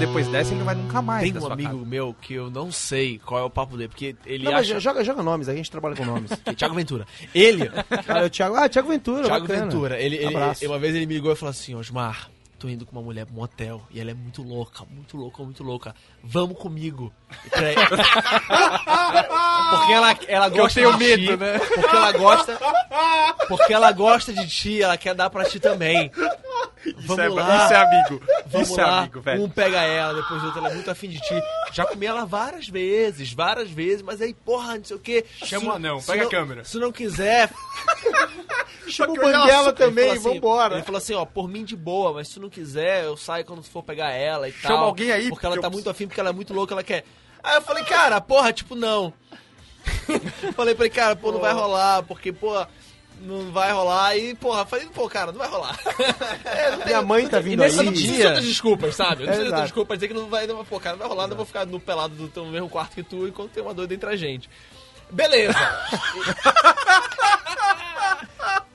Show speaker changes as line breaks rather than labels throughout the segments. depois dessa ele não vai nunca mais.
Tem
da
um
sua
amigo
casa.
meu que eu não sei qual é o papo dele, porque ele
Não, mas
acha.
joga, joga nomes, aí a gente trabalha com nomes.
Tiago Ventura. Ele.
Olha, o Thiago, ah, Thiago Ventura,
Tiago
bacana.
Ventura. Ele, ele-
Abraço.
uma vez ele me ligou e falou assim: Osmar, tô indo com uma mulher pra um hotel e ela é muito louca, muito louca, muito louca. Vamos comigo. E pra- porque ela, ela
eu
gosta
tenho
de ti.
medo, né?
Porque ela gosta. Porque ela gosta de ti, ela quer dar pra ti também.
Isso
Vamos
é,
lá.
isso é amigo.
Vamos
isso é
lá,
amigo, velho.
um pega ela, depois o outro, ela é muito afim de ti. Já comi ela várias vezes, várias vezes, mas aí, porra, não sei o quê.
Chama
Se-
o anão,
se
pega a
não-
câmera.
Se não quiser,
Chama o
Só que olha
Banguela
só,
também,
Ele falou assim-
vambora.
Ele falou assim, ó, por mim de boa, mas se tu não quiser, eu saio quando tu for pegar ela e tal.
Chama alguém aí,
Porque ela
porque
tá
eu
muito afim, porque ela é muito louca, ela quer. Aí eu falei, cara, porra, tipo, não. falei pra ele, cara, pô, não vai rolar, porque, pô, não vai rolar. E, porra, falei, pô, cara, não vai rolar.
Minha mãe tá
E
vindo aí.
nesse dia... desculpas, sabe?
É,
Eu não preciso de outras
exato.
desculpas, dizer que não vai, não, pô, cara, não vai rolar, não vou ficar no pelado do teu- no mesmo quarto que tu, enquanto tem uma doida entre a gente. Beleza.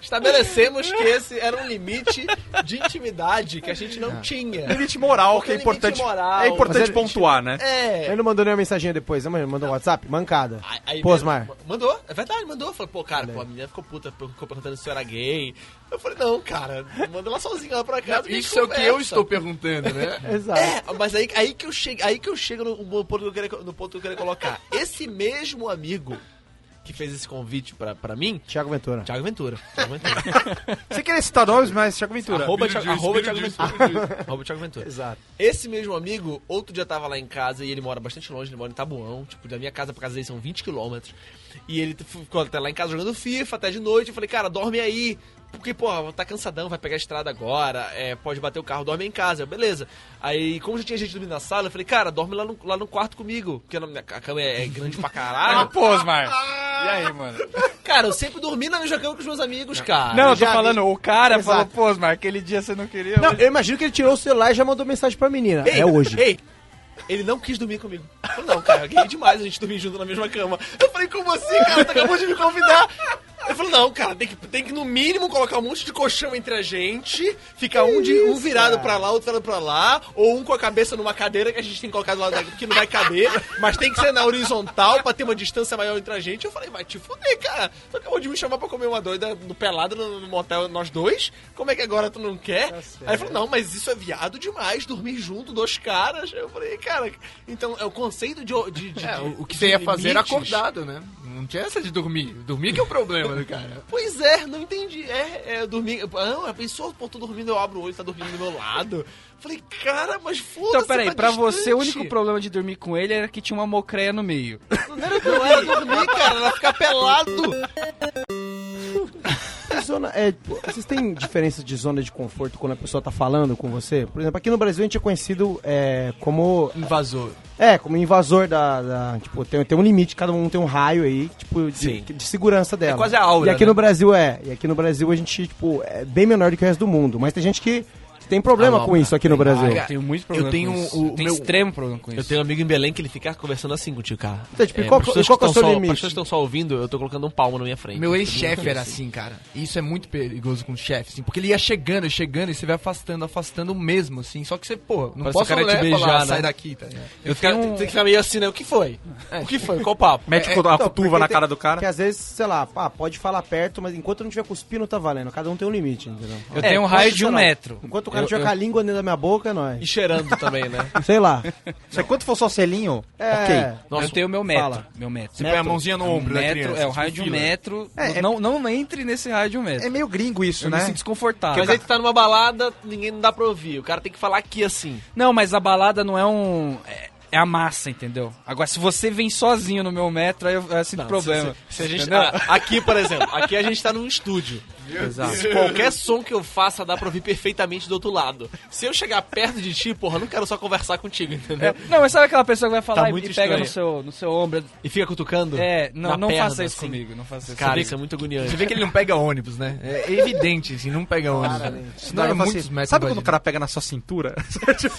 Estabelecemos que esse era um limite de intimidade que a gente não tinha.
Limite moral, que é
Limite
importante.
moral.
É importante
Ah. Mas ele-
pontuar, né?
É.
Ele não mandou nenhuma mensaginha depois, né? mandou um WhatsApp? Mancada.
Aí- aí
Pô,
mesmo-
Osmar.
Mandou, é verdade, mandou. Falei, pô, cara, pô, a menina ficou puta, ficou perguntando se eu era gay. Eu falei, não, cara, manda ela sozinha lá pra casa. e a gente
Isso é o que eu
conversa.
estou perguntando, né?
Exato.
É, mas aí, aí que eu chego, aí que eu chego no, no ponto que eu queria, no ponto que eu queria colocar. Esse mesmo amigo que fez esse convite pra, pra mim,
Thiago Ventura.
Thiago Ventura. Thiago Ventura.
Você queria citar nomes, mas Thiago Ventura.
Arroba
Bíblia
Thiago,
diz,
arroba
Bíblia
Thiago
diz,
Ventura. Arroba Thiago Ventura.
Exato.
Esse mesmo amigo, outro dia tava lá em casa e ele mora bastante longe, ele mora em Tabuão, tipo, da minha casa pra casa dele são 20 quilômetros. E ele ficou até lá em casa jogando FIFA até de noite. Eu falei, cara, dorme aí. Porque, porra, tá cansadão, vai pegar a estrada agora, é, pode bater o carro, dorme em casa, Eu, beleza. Aí, como já tinha gente dormindo na sala, eu falei, cara, dorme lá no, lá no quarto comigo, porque na minha- a cama é, é grande pra
Ah,
caralho.
pô, Osmar. E aí, mano?
cara, eu sempre dormi na mesma cama com os meus amigos, cara.
Não, eu tô
já vi.
falando, o cara
Exato.
falou, pô, Osmar, aquele dia você não queria.
Não,
mas-
eu imagino que ele tirou o celular e já mandou mensagem pra menina.
Ei,
É hoje.
Ei, ele não quis dormir comigo. Eu falei, não, cara, eu gay demais a gente dormir junto na mesma cama. Eu falei, como assim, cara? Tu acabou de me convidar. Ele falou, não, cara, tem que, tem que no mínimo colocar um monte de colchão entre a gente, ficar um, de, um virado pra lá, outro virado pra lá, ou um com a cabeça numa cadeira que a gente tem que colocar do lado da que não vai caber, mas tem que ser na horizontal pra ter uma distância maior entre a gente. Eu falei, vai te fuder, cara. Tu acabou de me chamar pra comer uma doida no pelado no, no motel, nós dois. Como é que agora tu não quer? Aí ele falou, não, mas isso é viado demais, dormir junto, dois caras. Eu falei, cara, então é o conceito de. de, de-
né?
É,
de-
o, o que você ia fazer era
limites.
acordado, né? Não tinha essa de dormir. Dormir que é o problema do cara.
Pois é, não entendi. É, é dormir. eu- Ah, eu pensou, pô, tô dormindo, eu abro o olho, tá dormindo do meu lado. Falei, cara, mas foda-se.
Então,
é
peraí,
tá
pra você o
distante.
único problema de dormir com ele era que tinha uma mocreia no meio.
Não era dormir, cara, era ficar pelado.
Tem zona- é, pô, vocês têm diferença de zona de conforto quando a pessoa tá falando com você? Por exemplo, aqui no Brasil a gente é conhecido é, como.
Invasor.
É, como invasor da. da- tipo, tem, tem um limite, cada um tem um raio aí, tipo, de,
Sim.
de segurança dela.
É quase a aura,
E aqui
né?
no Brasil é. E aqui no Brasil a gente, tipo, é bem menor do que o resto do mundo. Mas tem gente que tem problema com isso aqui no Brasil.
Ah,
Ah,
eu tenho muito problema
eu tenho
com isso.
o-
eu tenho
meu-
extremo problema com isso.
Eu tenho um amigo em Belém que ele fica conversando assim contigo, cara.
Então, tipo, e qual-
pras pessoas
e qual que é o
tão
seu
só-
limite?
pras pessoas que estão só ouvindo, eu tô colocando um palmo na minha frente.
Meu ex-chefe era assim, cara. E isso é muito perigoso com o chefe, assim, porque ele ia chegando, chegando, e você vai afastando, afastando mesmo, assim. Só que você, pô, não
Parece
posso
que o cara ia te
olhar e
beijar, né?
sai daqui, tá ligado?
Eu fica, tem que ficar meio assim, né? O que foi? O que foi? Qual o papo?
Mete
É,
a
Então,
cutuva na
porque
cara
tem-
do cara.
Que às vezes, sei lá, pá, pode falar perto, mas enquanto eu não tiver cuspindo, não tá valendo. Cada um tem um limite, entendeu?
Eu
É,
tenho um raio de um
sei lá,
metro.
Enquanto o cara
Eu-
tiver
eu-
com a língua dentro da minha boca, é
E
nóis.
cheirando também, né?
Sei lá.
Só que quando for só selinho,
É,
Nossa,
eu tenho meu metro.
fala.
Meu metro.
Você põe a mãozinha no ombro da
metro,
criança.
é, o raio de um
fila.
metro.
É, é-
não, não entre nesse raio de um metro.
é meio gringo isso,
eu me
né?
sinto
Ah,
desconfortável.
Mas aí tu tá numa balada, ninguém não dá pra ouvir. O cara tem que falar aqui assim.
Não, mas a balada não é um. É, é a massa, entendeu? Agora, se você vem sozinho no meu metro, aí eu, aí eu sinto
Não,
problema.
Se, se a gente,
entendeu?
ah, aqui, por exemplo, aqui a gente tá num estúdio. Se Qualquer som que eu faça dá pra ouvir perfeitamente do outro lado. Se eu chegar perto de ti, porra, eu não quero só conversar contigo, entendeu?
É, Não, mas sabe aquela pessoa que vai falar
Tá
e- e,
muito
pega
estranho.
no seu, no seu ombro?
E fica cutucando?
É, não,
na
não
perna,
faça isso
assim.
comigo, não faça isso
Cara,
comigo.
isso é muito
Você
agoniante.
vê que ele não pega ônibus, né? É evidente, assim, não pega ônibus. Isso
Não,
dá
eu falo
muitos
assim,
metros
sabe
da
quando o
gente.
cara pega na sua cintura? Tipo,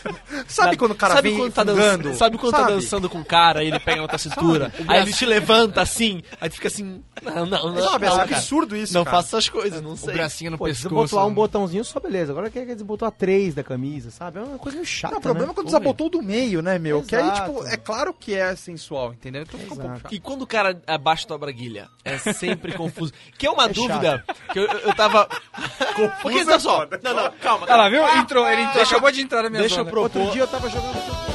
sabe quando o cara
Sabe
vem
quando tá
fungando?
dançando? sabe quando tá
Sabe.
dançando com o cara e ele pega na tua cintura? aí ele te levanta assim, aí tu fica assim. Não, não, não.
Sabe, é
não, cara.
absurdo isso,
Não
cara.
faça essas coisas, não
O
sei.
bracinho no
Pô,
pescoço.
né?
né?
desbotou um botãozinho só, beleza. Agora quer que desbotou a três da camisa, sabe? É uma coisa meio chata,
Não, o problema é quando
desbotou.
desabotou do meio, né, meu? Que aí,
Exato.
tipo, é claro que é sensual, entendeu? Então fica um pouco chato.
E é quando o cara abaixa tua braguilha? É sempre confuso. Que é uma
chato.
dúvida que eu, eu eu tava. Confuso Porque, olha só. Não, não, calma.
Olha lá, viu? Entrou, ele entrou, acabou de entrar na minha
Ah, Deixa eu
zona.
propor.
Outro dia eu tava jogando.